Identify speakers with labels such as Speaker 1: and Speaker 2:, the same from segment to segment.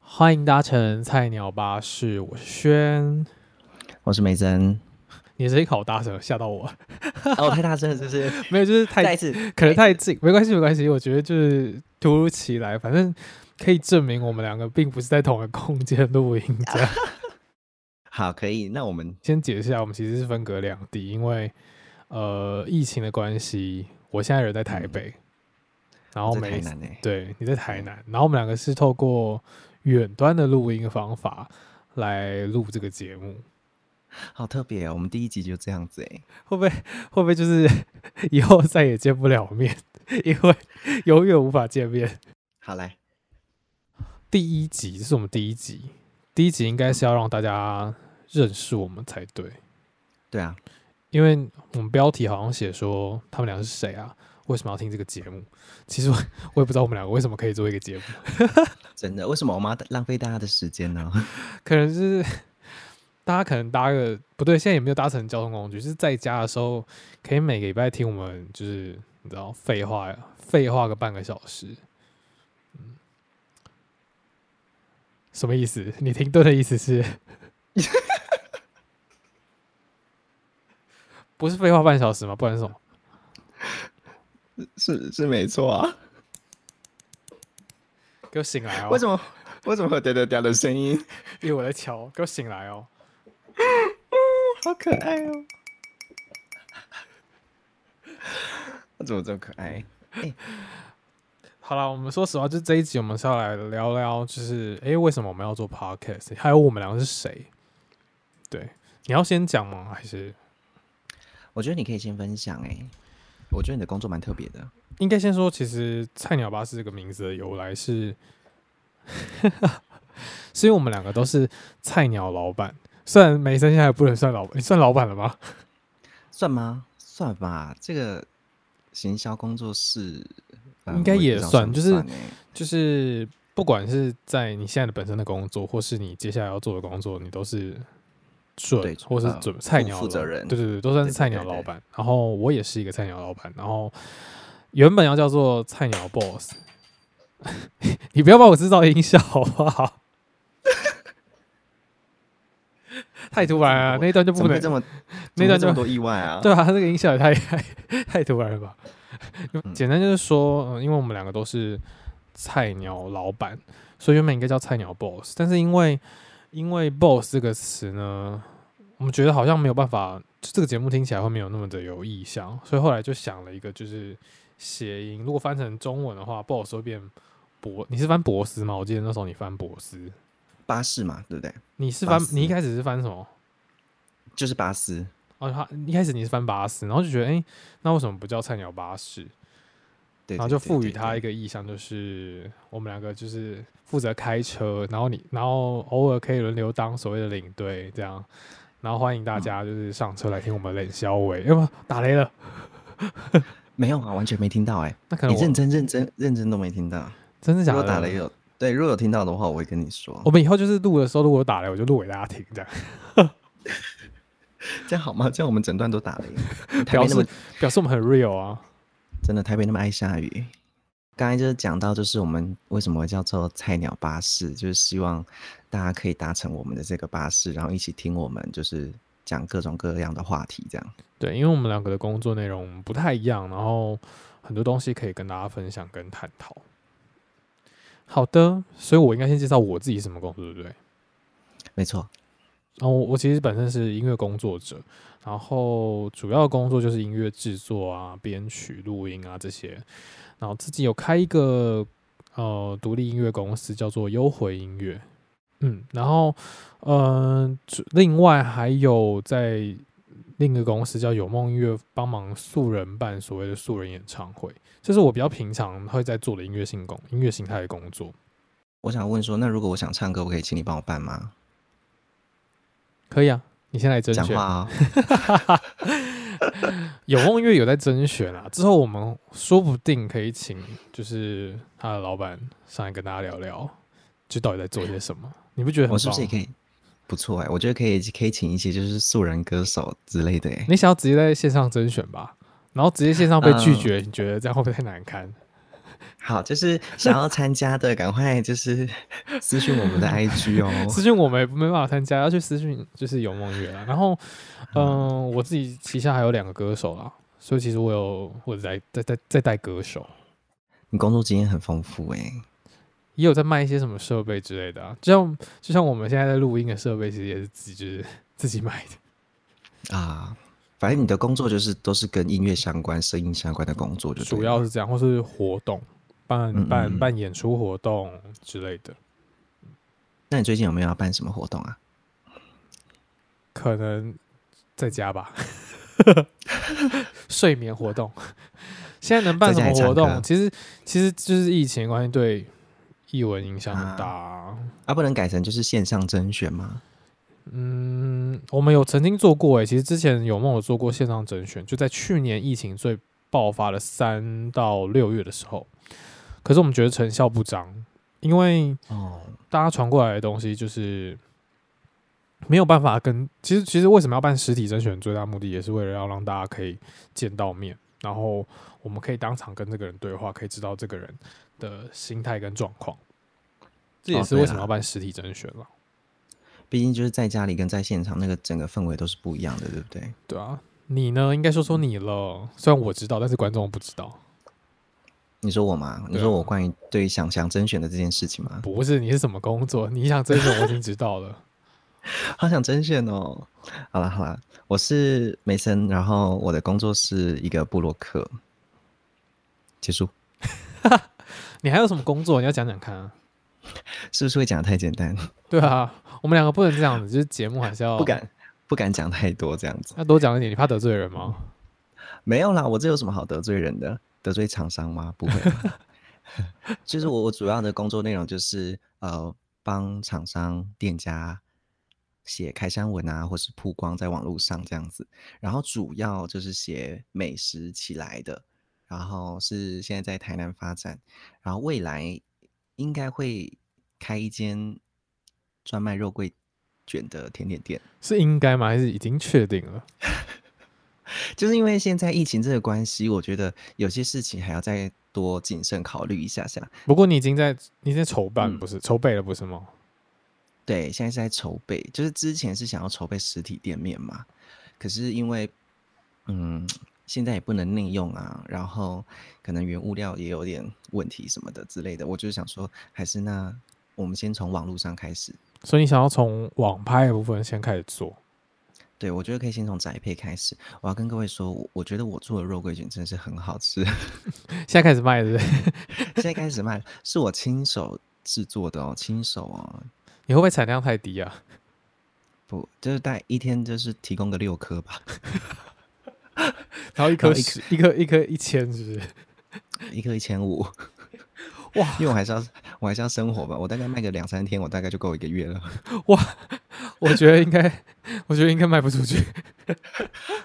Speaker 1: 欢迎搭乘菜鸟巴士，我是轩。
Speaker 2: 我是梅 珍。
Speaker 1: 你的声音好大声，吓到我。
Speaker 2: 哦，太大声了，是不是？
Speaker 1: 没有，就是
Speaker 2: 再
Speaker 1: 太
Speaker 2: 一次，
Speaker 1: 可能太近，没关系，没关系。我觉得就是突如其来，反正可以证明我们两个并不是在同一个空间录音。这 样，
Speaker 2: 好，可以。那我们
Speaker 1: 先解释一下，我们其实是分隔两地，因为呃疫情的关系，我现在人在台北，然后
Speaker 2: 嗯在
Speaker 1: 梅
Speaker 2: 台南欸诶，
Speaker 1: 对，你在台南，然后我们两个是透过远端的录音方法来录这个节目，
Speaker 2: 好特别哦。我们第一集就这样子欸诶，
Speaker 1: 会不 会会不会就是以后再也见不了面， 因为永远无法见面？
Speaker 2: 好来，
Speaker 1: 第一集这是我们第一集，第一集应该是要让大家认识我们才对，
Speaker 2: 对啊，
Speaker 1: 因为我们标题好像写说他们俩是谁啊？为什么要听这个节目？其实我我也不知道我们两个为什么可以做一个节目，
Speaker 2: 真的，为什么我们要浪费大家的时间呢？
Speaker 1: 可能是 大家可能搭个不对，现在也没有搭乘交通工具，就是在家的时候可以每个礼拜听我们就是你知道废话废话个半个小时，嗯，什么意思？你停顿的意思 是？不是废话半小时吗？不然是什么？
Speaker 2: 是是没错啊。
Speaker 1: 给我醒来哦！
Speaker 2: 为什么为什么会有嗲嗲嗲的声音？
Speaker 1: 因为我在敲，给我醒来哦！
Speaker 2: 好可爱哦。 他怎么这么可爱？
Speaker 1: 好了，我们说实话，就这一集我们是要来聊聊，就是诶，为什么我们要做 podcast，还有我们两个是谁？对，你要先讲吗？还是
Speaker 2: 我觉得你可以先分享诶。我觉得你的工作蛮特别的。
Speaker 1: 应该先说，其实“菜鸟巴士”这个名字的由来是， 是因为我们两个都是菜鸟老板。虽然梅森现在不能算老板，你算老板了吗？
Speaker 2: 算吗？算吧，这个行销工作室、呃
Speaker 1: 应该
Speaker 2: 我
Speaker 1: 也
Speaker 2: 不知道
Speaker 1: 算
Speaker 2: 不
Speaker 1: 就是
Speaker 2: 欸
Speaker 1: 就是不管是在你现在的本身的工作，或是你接下来要做的工作，你都是准
Speaker 2: 对
Speaker 1: 或是
Speaker 2: 呃
Speaker 1: 准菜
Speaker 2: 负
Speaker 1: 鸟
Speaker 2: 负责
Speaker 1: 老
Speaker 2: 人
Speaker 1: 对对对，都算是
Speaker 2: 对对
Speaker 1: 菜鸟
Speaker 2: 对对
Speaker 1: 老板。然后我也是一个菜鸟老板，然后原本要叫做菜鸟 boss，你不要帮我制造音效好不好？ 太突然了，那一段就
Speaker 2: 怎
Speaker 1: 不
Speaker 2: 么会
Speaker 1: 能
Speaker 2: 这么
Speaker 1: 那段
Speaker 2: 怎么会这么
Speaker 1: 就
Speaker 2: 多意外啊？
Speaker 1: 对啊，他这个音效也太太太突然了吧？就
Speaker 2: 嗯
Speaker 1: 简单就是说，嗯，因为我们两个都是菜鸟老板，所以原本应该叫菜鸟 boss，但是因为因为 boss 这个词呢，我们觉得好像没有办法，就这个节目听起来会没有那么的有意向，所以后来就想了一个就是谐音，如果翻成中文的话，boss 会变博，你是翻博斯吗？我记得那时候你翻博斯，
Speaker 2: 巴士嘛，对不对？
Speaker 1: 你是
Speaker 2: 巴
Speaker 1: 翻你一
Speaker 2: 斯
Speaker 1: 开始是翻什么？
Speaker 2: 就是巴斯，
Speaker 1: 哦，他一开始你是翻巴士，然后就觉得，哎、那为什么不叫菜鸟巴士？
Speaker 2: 对，
Speaker 1: 然后就赋予
Speaker 2: 他
Speaker 1: 它一个意象，就是我们两个就是负责开车，然后你，然后偶尔可以轮流当所谓的领队这样，然后欢迎
Speaker 2: 嗯
Speaker 1: 大家就是上车来听我们冷消委，要不打雷了，
Speaker 2: 没有啊，完全没听到哎、
Speaker 1: 那可能
Speaker 2: 你
Speaker 1: 我
Speaker 2: 认真认真认真都没听到。
Speaker 1: 真的哦
Speaker 2: 如
Speaker 1: 假
Speaker 2: 果
Speaker 1: 的
Speaker 2: 打雷哦有对，如果有听到的话，我会跟你说
Speaker 1: 我，们以后就是录的时候，如果有打雷，我就录给大家听，这样
Speaker 2: 这样好吗？这样我们整段都打雷。 台
Speaker 1: 表
Speaker 2: 北那么
Speaker 1: 示表示我们很 real 啊。
Speaker 2: 真的，台北那么爱下雨。刚才就是讲到，就是我们为什么会叫做菜鸟巴士，就是希望大家可以搭乘我们的这个巴士，然后一起听我们就是讲各种各样的话题，这样。
Speaker 1: 对，因为我们两个的工作内容不太一样，然后很多东西可以跟大家分享跟探讨。好的，所以我应该先介绍我自己什么工作，对不对？
Speaker 2: 没错，
Speaker 1: 然后哦我我其实本身是音乐工作者，然后主要工作就是音乐制作啊、编曲、录音啊这些，然后自己有开一个呃独立音乐公司，叫做优回音乐，嗯，然后呃，主另外还有在另一个公司叫有梦音乐，帮忙素人办所谓的素人演唱会，这是我比较平常会在做的音乐性工音乐形态的工作，
Speaker 2: 我想问说，那如果我想唱歌，我可以请你帮我办吗？
Speaker 1: 可以啊，你先来甄
Speaker 2: 讲
Speaker 1: 选
Speaker 2: 话。啊、
Speaker 1: 有梦乐有在甄选啊，之后我们说不定可以请，就是他的老板上来跟大家聊聊，就到底在做些什么。你不觉得很棒？
Speaker 2: 我是不是也可以？不错哎、我觉得可以可以请一些就是素人歌手之类的哎、
Speaker 1: 你想要直接在线上甄选吧，然后直接线上被拒
Speaker 2: 嗯
Speaker 1: 绝，你觉得这样会不会太难堪？
Speaker 2: 好，就是想要参加的，赶快就是 私讯我 们的 IG
Speaker 1: 私
Speaker 2: 哦。
Speaker 1: 讯我们也没办法参加，要去私讯就是有梦月啦。然后，嗯、我自己旗下还有两个歌手啦，所以其实我有我在在在在带歌手，
Speaker 2: 你工作经验很丰富哎、
Speaker 1: 也有在卖一些什么设备之类的、啊，就像就像我们现在在录音的设备，其实也是自己就是自己买的。
Speaker 2: 啊，反正你的工作就是都是跟音乐相关、声音相关的工作就对了，
Speaker 1: 主要是这样，或是活动，办
Speaker 2: 嗯
Speaker 1: 办
Speaker 2: 嗯
Speaker 1: 办演出活动之类的，
Speaker 2: 那你最近有没有要办什么活动啊？
Speaker 1: 可能在家吧。 睡眠活动， 现在能办什么
Speaker 2: 在家里
Speaker 1: 活动？
Speaker 2: 唱歌
Speaker 1: 其实其实就是疫情的关系对艺文影响很大啊、
Speaker 2: 啊，不能改成就是线上甄选吗？
Speaker 1: 嗯，我们有曾经做过诶、欸其实之前有梦有做过线上甄选，就在去年疫情最爆发的三到六月的时候，可是我们觉得成效不彰，因为
Speaker 2: 哦，
Speaker 1: 大家传过来的东西就是没有办法跟，其实其实为什么要办实体甄选？最大目的也是为了要让大家可以见到面，然后我们可以当场跟这个人对话，可以知道这个人的心态跟状况。这也
Speaker 2: 哦
Speaker 1: 是
Speaker 2: 对
Speaker 1: 为什么
Speaker 2: 啦
Speaker 1: 要办实体甄选了，
Speaker 2: 毕竟就是在家里跟在现场那个整个氛围都是不一样的，对不对？
Speaker 1: 对啊。你呢？应该说说你了。虽然我知道，但是观众不知道。
Speaker 2: 你说我吗？你
Speaker 1: 对啊
Speaker 2: 说我关于对于想想甄选的这件事情吗？
Speaker 1: 不是你是什么工作？你想甄选，我已经知道了。
Speaker 2: 好想甄选哦！好啦好啦，我是梅森，然后我的工作是一个布洛克。结束，
Speaker 1: 你还有什么工作？你要讲讲看啊。
Speaker 2: 是不是会讲的太简单？
Speaker 1: 对啊，我们两个不能这样子，就是节目还是要
Speaker 2: 不敢不敢讲太多这样子。
Speaker 1: 要多讲一点。你怕得罪人吗？
Speaker 2: 没有啦，我这有什么好得罪人的？得罪厂商吗？不会 吧。其实我我主要的工作内容就是呃，帮厂商、店家写开箱文啊，或是曝光在网络上这样子。然后主要就是写美食起来的，然后是现在在台南发展，然后未来应该会开一间专卖肉桂卷的甜点店。
Speaker 1: 是应该吗？还是已经确定了？
Speaker 2: 就是因为现在疫情这个关系，我觉得有些事情还要再多谨慎考虑一下下。
Speaker 1: 不过你已经在你已经在筹办
Speaker 2: 嗯
Speaker 1: 不是、筹备了不是吗？
Speaker 2: 对，现在是在筹备，就是之前是想要筹备实体店面嘛，可是因为嗯，现在也不能内用啊，然后可能原物料也有点问题什么的之类的，我就是想说，还是那我们先从网络上开始。
Speaker 1: 所以你想要从网拍的部分先开始做，
Speaker 2: 对，我觉得可以先从宅配开始。我要跟各位说，我我觉得我做的肉桂卷真的是很好吃。
Speaker 1: 现在开始卖对不对？
Speaker 2: 现在开始卖，是我亲手制作的哦，亲手哦，
Speaker 1: 你会不会产量太低啊？
Speaker 2: 不，就是大概一天就是提供个六颗吧，
Speaker 1: 然后一颗
Speaker 2: 然后一
Speaker 1: 十，一颗一颗一千是不是？
Speaker 2: 一颗一千 五，
Speaker 1: 哇
Speaker 2: 因为我还是要我还是要生活吧，我大概卖个两三天，我大概就够一个月了，
Speaker 1: 哇，我觉得应该， 我觉得应该卖不出去。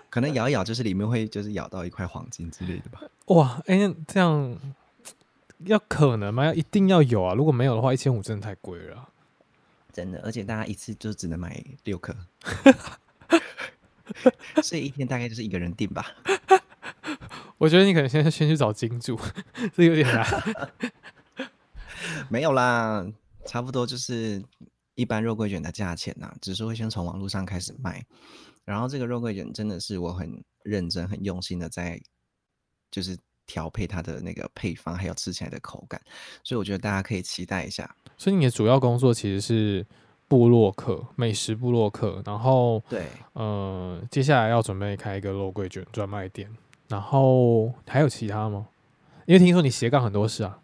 Speaker 2: 可能咬一咬就是里面会就是咬到一块黄金之类的吧。
Speaker 1: 哇，哎、那这样要可能吗？要一定要有啊！如果没有的话，一千五真的太贵了啊、
Speaker 2: 真的，而且大家一次就只能买六颗， 所以一天大概就是一个人订吧。
Speaker 1: 我觉得你可能先先去找金主， 这有点 难。
Speaker 2: 没有啦，差不多就是一般肉桂卷的价钱呐、只是会先从网络上开始卖。然后这个肉桂卷真的是我很认真、很用心的在，就是调配它的那个配方，还有吃起来的口感，所以我觉得大家可以期待一下。
Speaker 1: 所以你的主要工作其实是部落客、美食部落客，然后
Speaker 2: 对，
Speaker 1: 呃，接下来要准备开一个肉桂卷专卖店，然后还有其他吗？因为听说你斜杠很多事啊，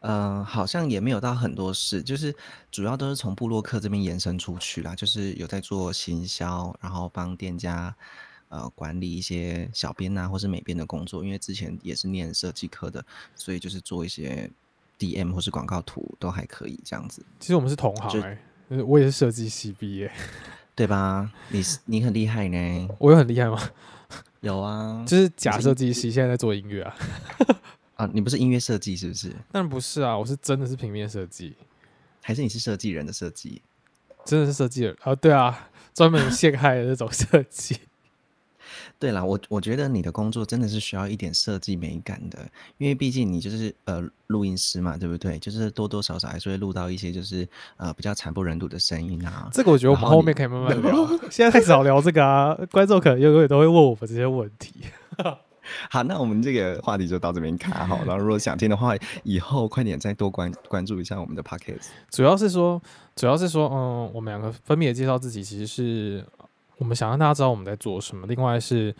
Speaker 2: 嗯、好像也没有到很多事，就是主要都是从布洛克这边延伸出去啦，就是有在做行销，然后帮店家呃管理一些小编呐、或是美编的工作，因为之前也是念设计科的，所以就是做一些 DM 或是广告图都还可以这样子，
Speaker 1: 其实我们是同行
Speaker 2: 就
Speaker 1: 哎、呃我也是设计系毕业，
Speaker 2: 对吧？你是你很厉害呢，
Speaker 1: 我有很厉害吗？
Speaker 2: 有啊
Speaker 1: 就是假设计系，现在在做音乐啊，
Speaker 2: 啊，你不是音乐设计是不是？
Speaker 1: 当然不是啊，我是真的是平面设计，
Speaker 2: 还是你是设计人的设计？
Speaker 1: 真的是设计人啊，对啊，专门陷害的那种设计。
Speaker 2: 对啦，我我觉得你的工作真的是需要一点设计美感的，因为毕竟你就是呃录音师嘛，对不对？就是多多少少还是会录到一些就是呃比较惨不忍睹的声音啊。
Speaker 1: 这个我觉得我们
Speaker 2: 然后
Speaker 1: 后
Speaker 2: 你
Speaker 1: 面可以慢慢聊，啊 现在太少聊这个啊，观众可能永远都会问我们这些问题。
Speaker 2: 好，那我们这个话题就到这边卡好。然后如果想听的话，以后快点再多关关注一下我们的 podcast。
Speaker 1: 主要是说，主要是说，嗯，我们两个分别介绍自己，其实是我们想让大家知道我们在做什么。另外是，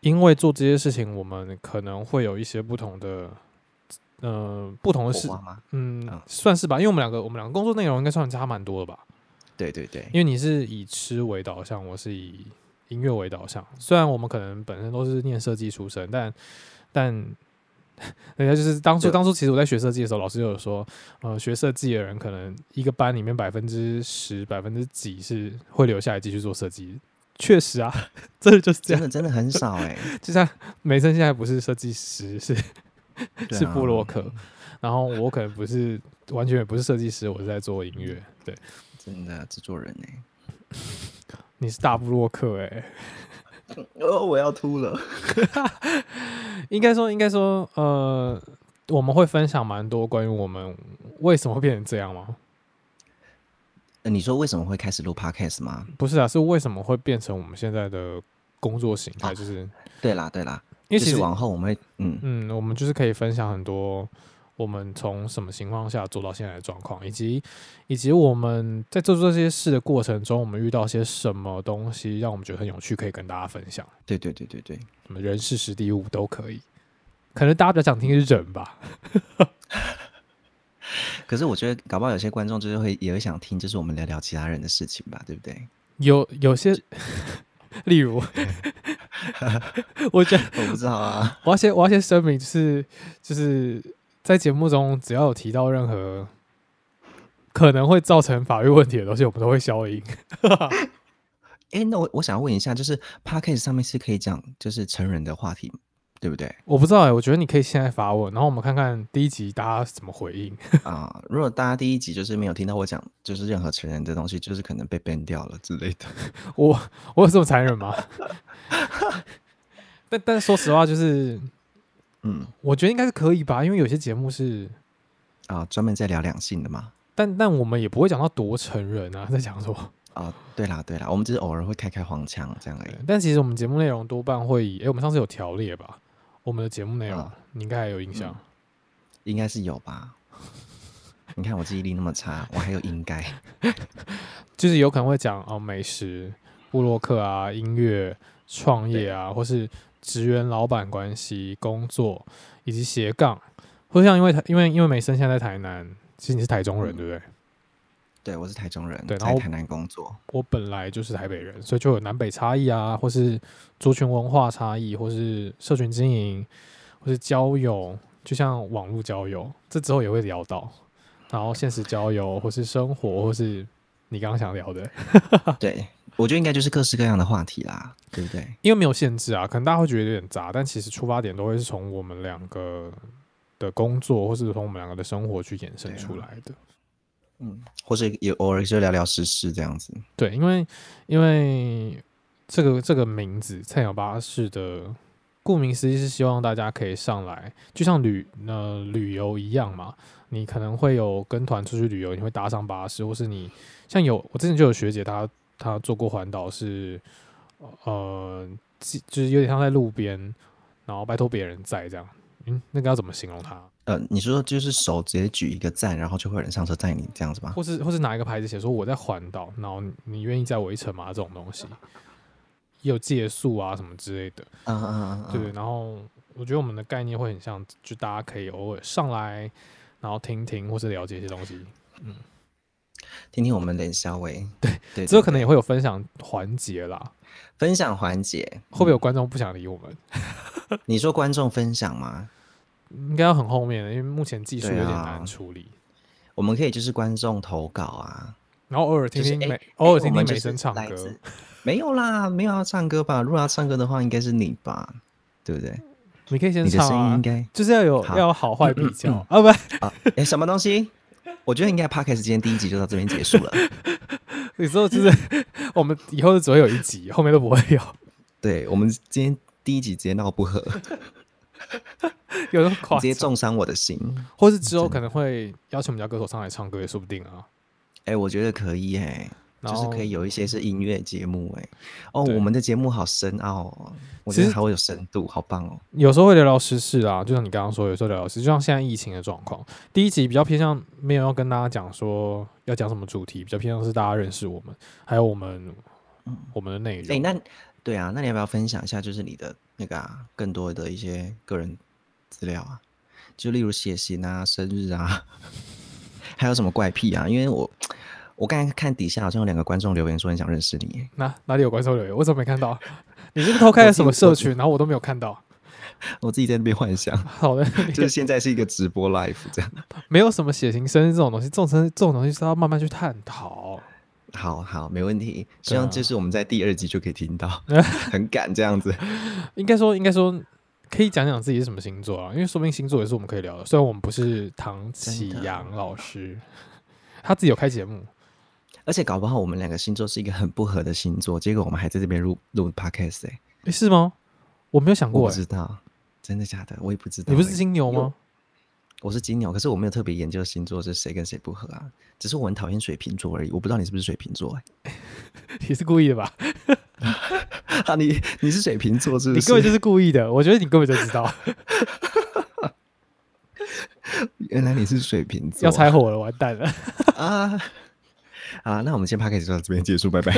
Speaker 1: 因为做这些事情，我们可能会有一些不同的，呃，不同的事
Speaker 2: 火，花吗？
Speaker 1: 嗯
Speaker 2: 啊，
Speaker 1: 算是吧。因为我们两个，我们两个工作内容应该算差蛮多的吧。
Speaker 2: 对对对
Speaker 1: 因，为你是以吃为导向，我是以音乐为导向。虽然我们可能本身都是念设计出身，但但 人家就是当初
Speaker 2: 对
Speaker 1: 当初其实我在学设计的时候，老师就有说，呃，学设计的人可能一个班里面百分之十、百分之几是会留下来继续做设计。确实啊， 真的就是这
Speaker 2: 真
Speaker 1: 样。
Speaker 2: 的真的很少哎、
Speaker 1: 就像梅森现在不是设计师，是
Speaker 2: 对
Speaker 1: 是
Speaker 2: 啊
Speaker 1: 布洛克，然后我可能不是完全也不是设计师，我是在做音乐。对，
Speaker 2: 真的制作人哎、
Speaker 1: 你是大布洛克哎、
Speaker 2: 哦，我要吐了。
Speaker 1: 应该说，应该说，呃，我们会分享蛮多关于我们为什么会变成这样吗？
Speaker 2: 呃你说为什么会开始录 podcast 吗？
Speaker 1: 不是啊，是为什么会变成我们现在的工作形态？就是
Speaker 2: 对啦对啦，
Speaker 1: 因为
Speaker 2: 啊就
Speaker 1: 其
Speaker 2: 是
Speaker 1: 实，
Speaker 2: 往后我们会嗯
Speaker 1: 嗯，我们就是可以分享很多我们从什么情况下做到现在的状况，以及以及我们在做这些事的过程中，我们遇到些什么东西让我们觉得很有趣，可以跟大家分享。
Speaker 2: 对对对对对，
Speaker 1: 什么人事、实地、物都可以。可能大家比较想听是人吧，
Speaker 2: 可是我觉得搞不好有些观众就是会也会想听，就是我们聊聊其他人的事情吧，对 不对？
Speaker 1: 有有些，例如， 我觉得
Speaker 2: 我不知道啊，
Speaker 1: 我要先我要先声明，就是就是在节目中，只要有提到任何可能会造成法律问题的东西，我们都会消音。
Speaker 2: 哎，那我我想问一下，就是 podcast 上面是可以讲就是成人的话题，对不对？
Speaker 1: 我不知道哎、我觉得你可以现在发问，然后我们看看第一集大家怎么回应。
Speaker 2: 啊、如果大家第一集就是没有听到我讲就是任何成人的东西，就是可能被 ban 掉了之类的。
Speaker 1: 我我有这么残忍吗？ 但但说实话，就是
Speaker 2: 嗯
Speaker 1: 我觉得应该是可以吧，因为有些节目是，
Speaker 2: 啊，专门在聊两性的嘛。
Speaker 1: 但但我们也不会讲到多成人啊，在讲什么。
Speaker 2: 啊，对啦对啦，我们只是偶尔会开开黄腔这样而已
Speaker 1: 对。但其实我们节目内容多半会以，诶，我们上次有条列吧？我们的节目内容、
Speaker 2: 啊
Speaker 1: 你应该还有印象。
Speaker 2: 应该是有吧？你看我记忆力那么差，我还有应 该。
Speaker 1: 就是有可能会讲哦美食、布洛克啊、音乐、创业啊，或是职员老板关系、工作以及斜杠，或者像因为台因为因为美生现在在台南，其实你是台中人、
Speaker 2: 嗯
Speaker 1: 对不对？
Speaker 2: 对，我是台中人，
Speaker 1: 对然
Speaker 2: 在
Speaker 1: 后
Speaker 2: 台南工作。
Speaker 1: 我本来就是台北人，所以就有南北差异啊，或是族群文化差异，或是社群经营，或是交友，就像网络交友，这之后也会聊到。然后现实交友，或是生活，或是你刚刚想聊的，
Speaker 2: 对，我觉得应该就是各式各样的话题啦，对不对？
Speaker 1: 因为没有限制啊，可能大家会觉得有点杂，但其实出发点都会是从我们两个的工作，或是从我们两个的生活去衍生
Speaker 2: 对啊
Speaker 1: 出来的。
Speaker 2: 嗯，或者也偶尔就聊聊时事这样子。
Speaker 1: 对，因为因为这个这个名字“菜鸟巴士”的，顾名思义是希望大家可以上来，就像旅呃旅游一样嘛。你可能会有跟团出去旅游，你会搭上巴士，或是你像有我之前就有学姐她她做过环岛是，呃，既就是有点像在路边，然后拜托别人载这样。嗯，那个要怎么形容它？
Speaker 2: 呃，你说就是手直接举一个赞，然后就会有人上车载你这样子吗？
Speaker 1: 或是或是拿一个牌子写说我在环岛，然后你你愿意载我一程吗？这种东西，也有借宿啊什么之类的，
Speaker 2: 嗯嗯嗯，
Speaker 1: 对。然后我觉得我们的概念会很像，就大家可以偶尔上来，然后听听或是了解一些东西。
Speaker 2: 听听我们冷肖维，对对，嗯
Speaker 1: 之后
Speaker 2: 对
Speaker 1: 可能也会有分享环节啦，
Speaker 2: 分享环节
Speaker 1: 会不会有观众不想理我们？
Speaker 2: 嗯你说观众分享吗？
Speaker 1: 应该要很后面的，因为目前技术有
Speaker 2: 对
Speaker 1: 点
Speaker 2: 啊
Speaker 1: 难处理。
Speaker 2: 我们可以就是观众投稿啊，
Speaker 1: 然后偶尔听
Speaker 2: 就是
Speaker 1: 听
Speaker 2: 哎
Speaker 1: 美，
Speaker 2: 哎
Speaker 1: 偶尔
Speaker 2: 我
Speaker 1: 哦听
Speaker 2: 们
Speaker 1: 听
Speaker 2: 就
Speaker 1: 美
Speaker 2: 是
Speaker 1: 声唱
Speaker 2: 来
Speaker 1: 歌
Speaker 2: 自。没有啦，没有要唱歌吧？如果要唱歌的话，应该是你吧，对不对？
Speaker 1: 你可以先
Speaker 2: 你的
Speaker 1: 唱
Speaker 2: 声音
Speaker 1: 啊
Speaker 2: 应，该
Speaker 1: 就是要有
Speaker 2: 好
Speaker 1: 要有好坏比较 啊，不，
Speaker 2: 啊，哎，什么东西？我觉得应该 podcast 今天第一集就到这边结束了。
Speaker 1: 你说就是我们以后只会有一集，后面都不会有。
Speaker 2: 对我们今天第一集直接 闹不和，
Speaker 1: 有点夸
Speaker 2: 直接
Speaker 1: 张，
Speaker 2: 重伤我的心。
Speaker 1: 或是之后可能会邀请我们家歌手上来唱歌也说不定啊。
Speaker 2: 哎、我觉得可以哎、
Speaker 1: 然
Speaker 2: 就是
Speaker 1: 后
Speaker 2: 可以有一些是音乐节目哎、哦，
Speaker 1: 对
Speaker 2: 我们的节目好深奥哦，我
Speaker 1: 其
Speaker 2: 觉得
Speaker 1: 实
Speaker 2: 还会有深度，好棒哦。
Speaker 1: 有时候会聊聊时事啊，就像你刚刚说，有时候聊聊时事，就像现在疫情的状况。第一集比较偏向没有要跟大家讲说要讲什么主题，比较偏向是大家认识我们，还有我们我们的内
Speaker 2: 哎、
Speaker 1: 容。
Speaker 2: 那对啊，那你要不要分享一下，就是你的那个、啊、更多的一些个人资料啊？就例如血型啊、生日啊， 还有什么怪癖啊？因为我我刚才看底下好像有两个观众留言说很想认识你耶，
Speaker 1: 那哪里有观众留言？我怎么没看到？ 你是 不是偷开了什么社群？然后我都没有看到。，
Speaker 2: 我自己在那边幻想
Speaker 1: 好的，你
Speaker 2: 就是现在是一个直播 live 这样。
Speaker 1: 没有什么血型、生日这种东西，这种生这种东西是要慢慢去探讨。
Speaker 2: 好好，没问题。希
Speaker 1: 对
Speaker 2: 望
Speaker 1: 啊
Speaker 2: 就是我们在第二集就可以听 到，很赶这样子。
Speaker 1: 应该说，应该说可以讲讲自己是什么星座啊，因为说不定星座也是我们可以聊的。虽然我们不是唐启
Speaker 2: 真的
Speaker 1: 阳老 师，他自己有开节目，
Speaker 2: 而且搞不好我们两个星座是一个很不合的星座，结果我们还在这边录录 podcast 哎、
Speaker 1: 诶是吗？我没有想
Speaker 2: 我
Speaker 1: 过、
Speaker 2: 不
Speaker 1: 欸，
Speaker 2: 知道，真的假的？我也不知道
Speaker 1: 你
Speaker 2: 欸、
Speaker 1: 不是金牛吗？
Speaker 2: 我是金牛，可是我没有特别研究星座是谁跟谁不合啊，只是我很讨厌水瓶座而已。我不知道你是不是水瓶座、欸，
Speaker 1: 你是故意的吧？
Speaker 2: 啊，你你是水瓶座是
Speaker 1: 你
Speaker 2: 不？
Speaker 1: 根本就是是故意的，我觉得你根本就知 道
Speaker 2: 原来你是水瓶座，
Speaker 1: 要拆火了，完蛋了。
Speaker 2: 啊！ 啊，那我们先 p a c k a g 就到这边结束，拜拜。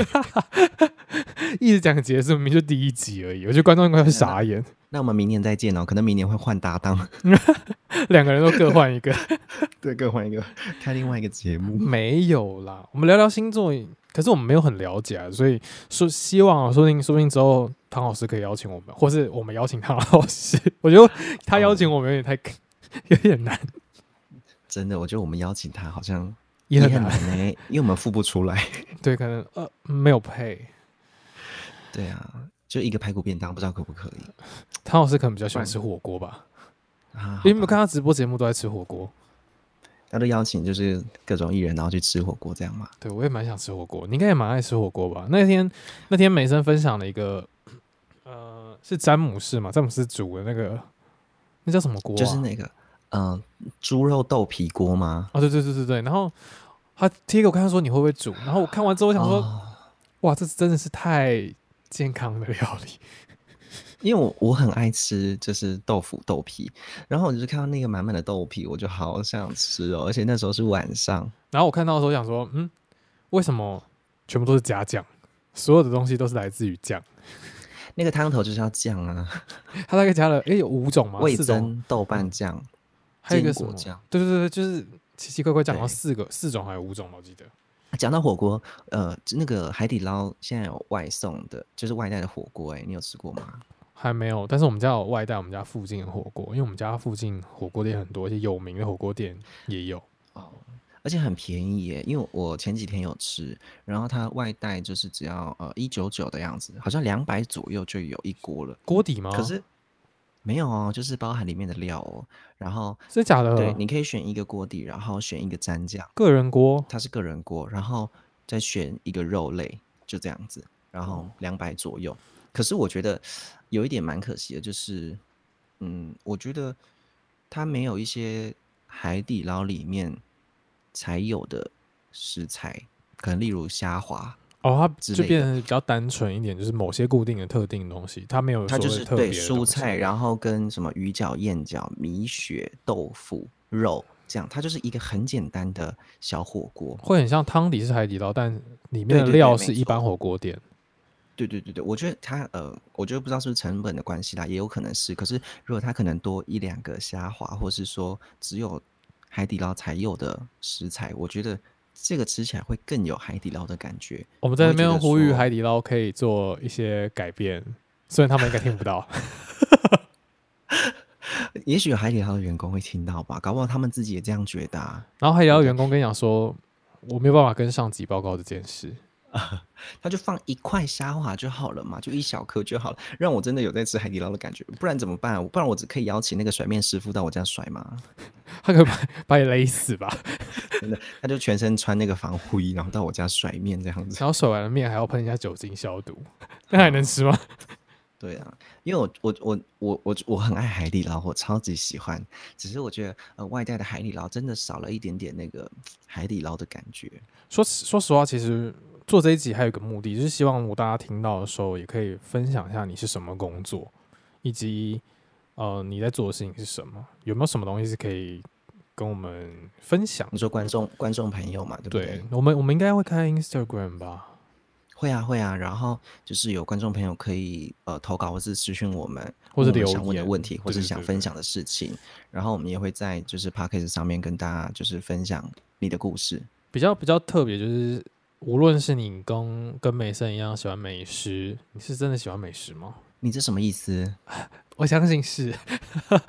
Speaker 1: 一直讲结束，明明就第一集而已，我觉得观众应该会傻眼，
Speaker 2: 那我们明年再见哦，可能明年会换搭档，
Speaker 1: 两个人都各换一个。
Speaker 2: 对，各换一个，开另外一个节目。
Speaker 1: 没有啦，我们聊聊星座，可是我们没有很了解啊，所以说希望啊，说不定说不定之后唐老师可以邀请我们，或是我们邀请唐老师。我觉得他邀请我们有点太、 有点难，
Speaker 2: 真的，我觉得我们邀请他好像
Speaker 1: 也很
Speaker 2: 很
Speaker 1: 难。
Speaker 2: 呢、因为我们付不出来。
Speaker 1: 对，可能呃没有配
Speaker 2: 对啊， 就一个排骨便当，不知道可不可以
Speaker 1: 唐老师，可能比较喜欢吃火锅吧。
Speaker 2: 啊？
Speaker 1: 因为你有没有
Speaker 2: 好吧
Speaker 1: 看他直播节目都在吃火锅？
Speaker 2: 他都邀请就是各种艺人，然后去吃火锅这样嘛。
Speaker 1: 对，我也蛮想吃火锅，你应该也蛮爱吃火锅吧？那天那天美生分享了一个，呃，是詹姆士嘛？詹姆士煮的那个，那叫什么锅、啊？
Speaker 2: 就是那个嗯、呃猪肉豆皮锅吗？
Speaker 1: 哦，对对对对对，然后他贴给我看，他说你会不会煮？然后我看完之后，我想说，
Speaker 2: 哦
Speaker 1: 哇，这真的是太健康的料理。
Speaker 2: 因为我我很爱吃就是豆腐豆皮，然后我就是看到那个满满的豆皮，我就好想吃哦，而且那时候是晚上，
Speaker 1: 然后我看到的时候想说，嗯，为什么全部都是假酱？所有的东西都是来自于酱，
Speaker 2: 那个汤头就是要酱啊，
Speaker 1: 他大概加了，诶，有五种吗？
Speaker 2: 味
Speaker 1: 四种，
Speaker 2: 增豆瓣酱，
Speaker 1: 还有一个
Speaker 2: 坚
Speaker 1: 什
Speaker 2: 果
Speaker 1: 么
Speaker 2: 酱？
Speaker 1: 对对对，就是奇奇怪怪酱，好像
Speaker 2: 对
Speaker 1: 四个、四种还有五种吧，我记得。
Speaker 2: 啊讲到火锅，呃，那个海底捞现在有外送的，就是外带的火锅、欸，你有吃过吗？
Speaker 1: 还没有，但是我们家有外带我们家附近的火锅，因为我们家附近火锅店很多，而且有名的火锅店也有。
Speaker 2: 哦，而且很便宜耶，因为我前几天有吃，然后它外带就是只要呃一九九的样子，好像两百左右就有一锅了。
Speaker 1: 锅底吗？
Speaker 2: 可是没有哦，就是包含里面的料哦。然后
Speaker 1: 真假的？
Speaker 2: 对，你可以呃选一个锅底，然后选一个蘸酱，
Speaker 1: 个人锅
Speaker 2: 它是个人锅，然后再选一个肉类，就这样子，然
Speaker 1: 哦
Speaker 2: 后两百左右。可是我觉得有一点蛮可惜的，就是嗯，我觉得它没有一些海底捞里面才有的食材，可能例如虾滑，
Speaker 1: 哦，
Speaker 2: 之
Speaker 1: 它就
Speaker 2: 类
Speaker 1: 变成比较单纯一点，就是某些固定的特定的东西，它没有
Speaker 2: 它就
Speaker 1: 所谓
Speaker 2: 是
Speaker 1: 特
Speaker 2: 对
Speaker 1: 别的
Speaker 2: 蔬
Speaker 1: 东西
Speaker 2: 菜，然后跟什么鱼饺、燕饺、米血、豆腐、肉这样，它就是一个很简单的小火锅。
Speaker 1: 会很像汤底是海底捞，但里
Speaker 2: 对
Speaker 1: 面的
Speaker 2: 对对
Speaker 1: 料
Speaker 2: 没
Speaker 1: 是一
Speaker 2: 错
Speaker 1: 般火锅店。
Speaker 2: 对对对对，我觉得它呃，我觉得不知道是不是成本的关系啦，也有可能是。可是如果它可能多一两个虾滑，或是说只有海底捞才有的食材，我觉得这个吃起来会更有海底捞的感觉。
Speaker 1: 我们在
Speaker 2: 我
Speaker 1: 那
Speaker 2: 会觉
Speaker 1: 边
Speaker 2: 得
Speaker 1: 呼吁
Speaker 2: 说
Speaker 1: 海底捞可以做一些改变，虽然他们应该听不到。
Speaker 2: 也许有海底捞的员工会听到吧，搞不好他们自己也这样觉得、啊。
Speaker 1: 然后海底捞员工跟你讲说，我没有办法跟上级报告这件事。
Speaker 2: 他就放一块虾滑就好了嘛，就一小颗就好了，让我真的有在吃海底捞的感觉。不然怎么办、啊不然我只可以邀请那个甩面师傅到我家甩嘛。
Speaker 1: 他可以把把你勒死 吧？
Speaker 2: 真的，他就全身穿那个防护衣，然后到我家甩面这样子。
Speaker 1: 然后甩完了面还要喷一下酒精消毒，那还能吃吗？
Speaker 2: 对啊，因为我我我我我我很爱海底捞，我超级喜欢。只是我觉得呃，外带的海底捞真的少了一点点那个海底捞的感觉。
Speaker 1: 说实说实话，其实做这一集还有一个目的，就是希望我大家听到的时候，也可以分享一下你是什么工作，以及呃你在做的事情是什么，有没有什么东西是可以跟我们分享
Speaker 2: 你？说观众观众朋友嘛，对不对？
Speaker 1: 对我们，我们应该会开 Instagram 吧？
Speaker 2: 会啊会啊，然后就是有观众朋友可以呃投稿或是私讯我们，
Speaker 1: 或者
Speaker 2: 问我们
Speaker 1: 留
Speaker 2: 想问的
Speaker 1: 言
Speaker 2: 问题，或
Speaker 1: 对
Speaker 2: 是
Speaker 1: 对
Speaker 2: 想
Speaker 1: 对
Speaker 2: 分
Speaker 1: 对
Speaker 2: 享的事情，然后我们也会在就是 p a c k a g e 上面跟大家就是分享你的故事。
Speaker 1: 比较比较特别，就是无论是你跟跟美森一样喜欢美食，你是真的喜欢美食吗？
Speaker 2: 你这什么意思？
Speaker 1: 我相信是，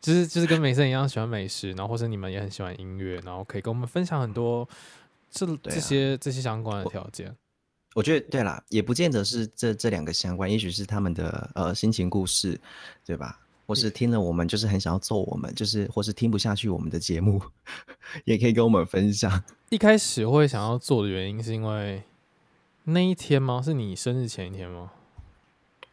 Speaker 1: 就是就是跟美森一样喜欢美食，然后或是你们也很喜欢音乐，然后可以跟我们分享很多这、
Speaker 2: 啊
Speaker 1: 这些这些相关的条件。
Speaker 2: 我觉得对啦，也不见得是这这两个相关，也许是他们的呃心情故事，对吧？或是听了我们就是很想要揍我们，就是或是听不下去我们的节目，也可以跟我们分享。
Speaker 1: 一开始会想要做的原因是因为那一天吗？是你生日前一天吗？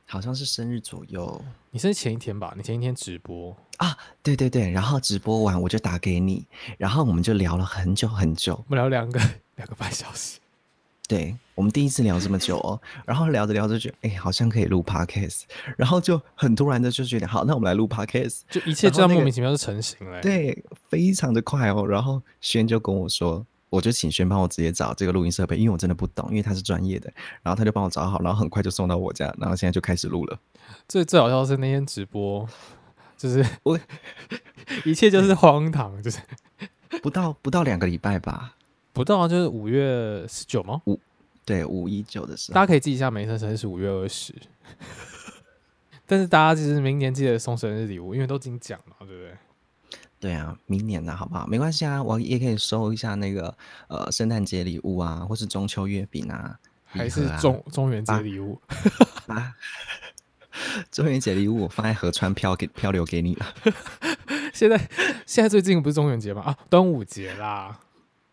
Speaker 2: 好像是生日左右
Speaker 1: 你生日前一天吧？你前一天直播，
Speaker 2: 啊，对对对，然后直播完我就打给你，然后我们就聊了很久很久，
Speaker 1: 我们聊两个 两个半小时。
Speaker 2: 对我们第一次聊这么久哦，然后聊着聊着就哎、好像可以录 podcast，然后就很突然的就觉得好，那我们来录 podcast，
Speaker 1: 就一切
Speaker 2: 然
Speaker 1: 这
Speaker 2: 后
Speaker 1: 样
Speaker 2: 那
Speaker 1: 莫
Speaker 2: 个
Speaker 1: 名其妙就成型了、欸。
Speaker 2: 对，非常的快哦。然后轩就跟我说，我就请轩帮我直接找这个录音设备，因为我真的不懂，因为他是专业的。然后他就帮我找好，然后很快就送到我家，然后现在就开始录了。
Speaker 1: 最最好笑的是那天直播，就是
Speaker 2: 我
Speaker 1: 一切就是荒唐，就是
Speaker 2: 不到不到两个礼拜吧，
Speaker 1: 不到啊就是五月十九吗？
Speaker 2: 对，五一九的时
Speaker 1: 大
Speaker 2: 候
Speaker 1: 家，可以记一下，梅森生日是五月二十。 但是大家其实明年记得送生日礼物，因为都已经讲了，对不对？
Speaker 2: 对啊，明年呢、好不好？没关系啊，我也可以收一下那个呃圣诞节礼物啊，或是中秋月饼啊，礼
Speaker 1: 还是
Speaker 2: 盒啊
Speaker 1: 中中元节
Speaker 2: 八
Speaker 1: 礼物，
Speaker 2: 啊。 中元节礼物我放在河川漂给漂流给你了。
Speaker 1: 现在现在最近不是中元节嘛？啊，端午节啦，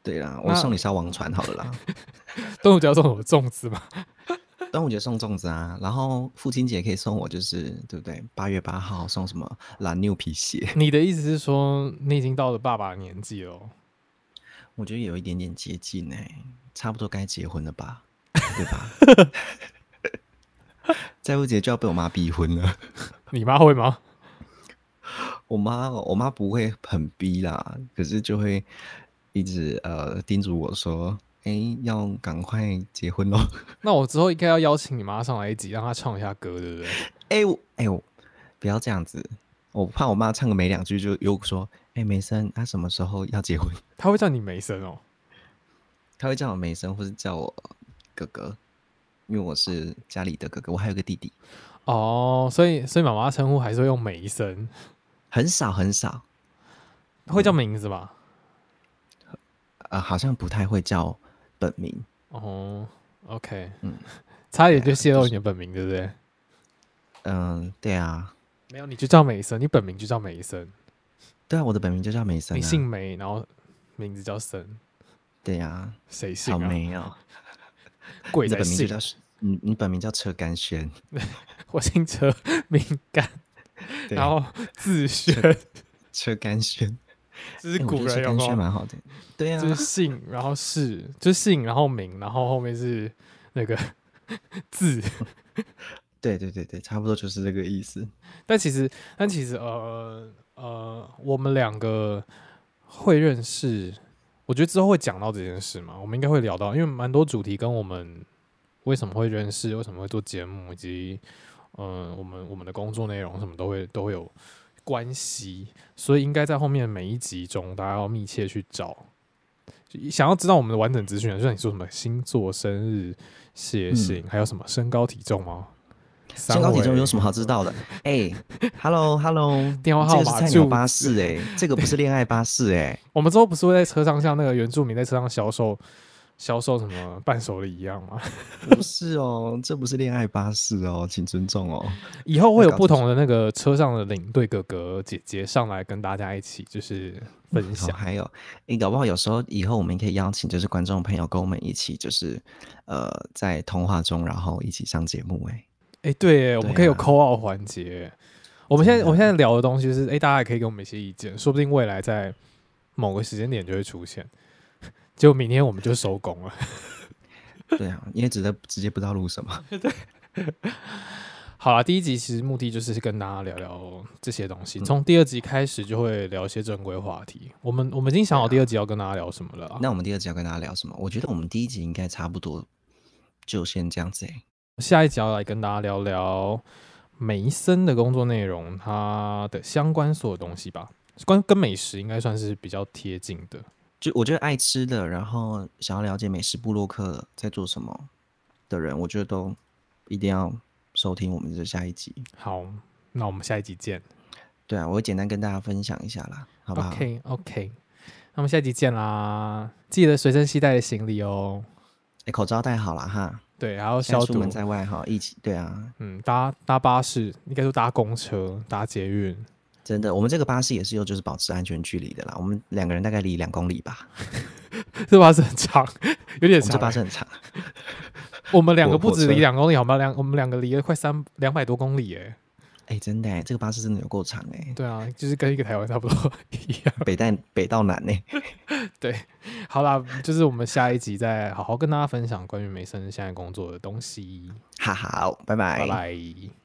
Speaker 2: 对啦，我
Speaker 1: 那
Speaker 2: 送你艘王船好了啦。
Speaker 1: 端午节要送什么粽子嘛？
Speaker 2: 端午节送粽子啊，然后父亲节可以送我，就是对不对？八月八号送什么蓝牛皮鞋，
Speaker 1: 你的意思是说你已经到了爸爸的年纪了哦？
Speaker 2: 我觉得有一点点接近哎、差不多该结婚了吧，对吧？ 再不结就要被我妈逼婚了。
Speaker 1: 你妈会吗？
Speaker 2: 我妈哦，我妈不会很逼啦，可是就会一直呃叮嘱我说，哎，要赶快结婚喽。
Speaker 1: 那我之后应该要邀请你妈上来一集，让她唱一下歌，对不对？
Speaker 2: 哎、我哎、我不要这样子，我怕我妈唱个没两句就又说，哎，梅森，她、什么时候要结婚？
Speaker 1: 她会叫你梅森 哦。
Speaker 2: 他会叫我梅生，或是叫我哥哥，因为我是家里的哥哥，我还有个弟弟，
Speaker 1: 哦，所以所以妈妈称呼还是会用梅森，
Speaker 2: 很少很少，
Speaker 1: 会叫名字吧？
Speaker 2: 呃，好像不太会叫本名，
Speaker 1: 哦，OK，
Speaker 2: 嗯
Speaker 1: 差一点就
Speaker 2: 对啊
Speaker 1: 泄
Speaker 2: 就
Speaker 1: 露
Speaker 2: 是
Speaker 1: 你的本名，对不对？
Speaker 2: 嗯、对啊，
Speaker 1: 没有，你就叫梅森，你本名就叫梅森，
Speaker 2: 对啊，我的本名就叫梅生、啊，
Speaker 1: 你姓梅，然后名字叫森，
Speaker 2: 对啊，
Speaker 1: 谁姓
Speaker 2: 好
Speaker 1: 啊？
Speaker 2: 梅哦，
Speaker 1: 贵
Speaker 2: 你的
Speaker 1: 在
Speaker 2: 本名就
Speaker 1: 姓，
Speaker 2: 叫你你本名叫车甘轩，
Speaker 1: 我姓车，敏感，
Speaker 2: 对
Speaker 1: 然后自 学，
Speaker 2: 车甘轩，
Speaker 1: 这是
Speaker 2: 哎我
Speaker 1: 古
Speaker 2: 觉得
Speaker 1: 人
Speaker 2: 车
Speaker 1: 有
Speaker 2: 甘
Speaker 1: 没
Speaker 2: 轩
Speaker 1: 有？
Speaker 2: 蛮好的，对啊
Speaker 1: 就，是姓，然后氏，就是姓，然后名，然后后面是那个 字。
Speaker 2: 对对对对，差不多就是这个意思，
Speaker 1: 但其实，但其实，呃呃，我们两个会认识，我觉得之后会讲到这件事嘛，我们应该会聊到，因为蛮多主题跟我们为什么会认识，为什么会做节目，以及嗯、呃我们我们的工作内容什么都会都会有关系，所以应该在后面每一集中，大家要密切去找。就想要知道我们的完整资讯的，就像你说什么星座、生日、血
Speaker 2: 嗯
Speaker 1: 型，还有什么身高体重吗？
Speaker 2: 身高体重有
Speaker 1: 么？
Speaker 2: 什么好知道的？ 哎、h e l l o Hello，
Speaker 1: 电话号
Speaker 2: 这个
Speaker 1: 码
Speaker 2: 是菜鸟
Speaker 1: 住
Speaker 2: 巴
Speaker 1: 址
Speaker 2: 士哎、这个不是恋爱巴士哎、
Speaker 1: 我们之后不是会在车上像那个原住民在车上销售销售什么伴手礼一样吗？
Speaker 2: 不是哦，这不是恋爱巴士哦，请尊重哦。
Speaker 1: 以后会有不同的那个车上的领队哥哥姐姐上来跟大家一起就是分
Speaker 2: 嗯好，
Speaker 1: 享。
Speaker 2: 还有，诶，搞不好有时候以后我们可以邀请，就是观众朋友跟我们一起，就是呃，在通话中，然后一起上节目。哎，
Speaker 1: 哎、对耶，我们可以有
Speaker 2: 对啊
Speaker 1: 扣奥环节耶。我们现在
Speaker 2: 真
Speaker 1: 我
Speaker 2: 的
Speaker 1: 们现在聊的东西就是，哎、大家也可以给我们一些意见，说不定未来在某个时间点就会出现。 结果明天我们就收工了。
Speaker 2: 对啊，因为直接直接不知道录什么。
Speaker 1: 好啦，第一集其实目的就是跟大家聊聊这些东
Speaker 2: 嗯
Speaker 1: 西，从第二集开始就会聊一些正规话题。我们我们已经想好第二集要跟大家聊什么了啊。
Speaker 2: 那我们第二集要跟大家聊什么？我觉得我们第一集应该差不多就先这样子、欸。
Speaker 1: 下一集要来跟大家聊聊梅森的工作内容，它的相关所有东西吧。关跟美食应该算是比较贴近的。
Speaker 2: 就我觉得爱吃的，然后想要了解美食部落客在做什么的人，我觉得都一定要收听我们的下一集。
Speaker 1: 好，那我们下一集见。
Speaker 2: 对啊，我会简单跟大家分享一下啦，好不好
Speaker 1: OK OK，那我们下一集见啦！记得随身携带的行李哦。
Speaker 2: 欸口罩戴好了哈，
Speaker 1: 对，然后
Speaker 2: 现
Speaker 1: 消
Speaker 2: 在出
Speaker 1: 毒
Speaker 2: 门。在外哈，一起对啊，
Speaker 1: 嗯，搭搭巴士，应该说搭公车、搭捷运。
Speaker 2: 真的，我们这个巴士也是有就是保持安全距离的啦。我们两个人大概离两公里吧，
Speaker 1: 这巴士很长， 有点
Speaker 2: 我们这
Speaker 1: 长
Speaker 2: 巴
Speaker 1: 欸。
Speaker 2: 士很长，
Speaker 1: 我们两个不
Speaker 2: 火
Speaker 1: 止
Speaker 2: 车
Speaker 1: 离两公里，好吗？两我们两个离了快三两百多公里哎。
Speaker 2: 哎、真的、欸，这个巴士真的有够长哎、
Speaker 1: 对啊，就是跟一个台湾差不多 一样。
Speaker 2: 北到北到南哎 呢、
Speaker 1: 好啦，就是我们下一集再好好跟大家分享关于梅森现在工作的东西。
Speaker 2: 哈哈，拜
Speaker 1: 拜拜。